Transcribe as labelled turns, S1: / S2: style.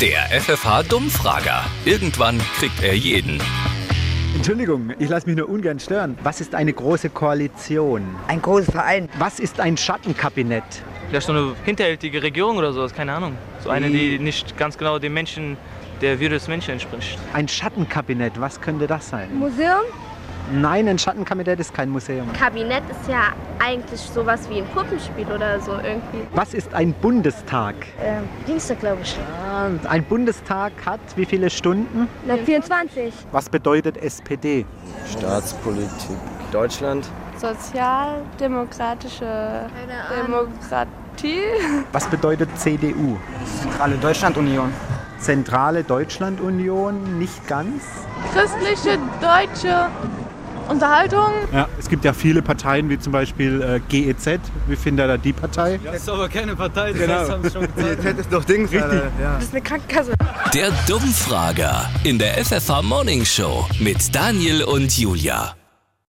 S1: Der FFH-Dummfrager. Irgendwann kriegt er jeden.
S2: Entschuldigung, ich lasse mich nur ungern stören. Was ist eine große Koalition?
S3: Ein großer Verein.
S2: Was ist ein Schattenkabinett?
S4: Vielleicht so eine hinterhältige Regierung oder sowas, keine Ahnung. So eine, die nicht ganz genau dem Menschen, der Würde des Menschen entspricht.
S2: Ein Schattenkabinett, was könnte das sein?
S5: Museum?
S2: Nein, ein Schattenkabinett ist kein Museum.
S5: Kabinett ist ja eigentlich sowas wie ein Puppenspiel oder so irgendwie.
S2: Was ist ein Bundestag?
S6: Ähm, Dienstag, glaube ich.
S2: Ein Bundestag hat wie viele Stunden?
S5: Na, 24.
S2: Was bedeutet SPD?
S7: Staatspolitik.
S8: Deutschland.
S9: Sozialdemokratische Demokratie.
S2: Was bedeutet CDU?
S10: Zentrale Deutschlandunion.
S2: Zentrale Deutschlandunion nicht ganz?
S9: Christliche deutsche Unterhaltung.
S11: Ja, es gibt ja viele Parteien, wie zum Beispiel äh, GEZ. Wie findet da die Partei?
S12: Das ist aber keine Partei, das genau. haben sie schon gesagt.
S13: Jetzt ist doch Dings,
S11: Richtig.
S13: Ja.
S9: Das ist eine Krankenkasse.
S1: Der Dummfrager in der FFH Morning Show mit Daniel und Julia.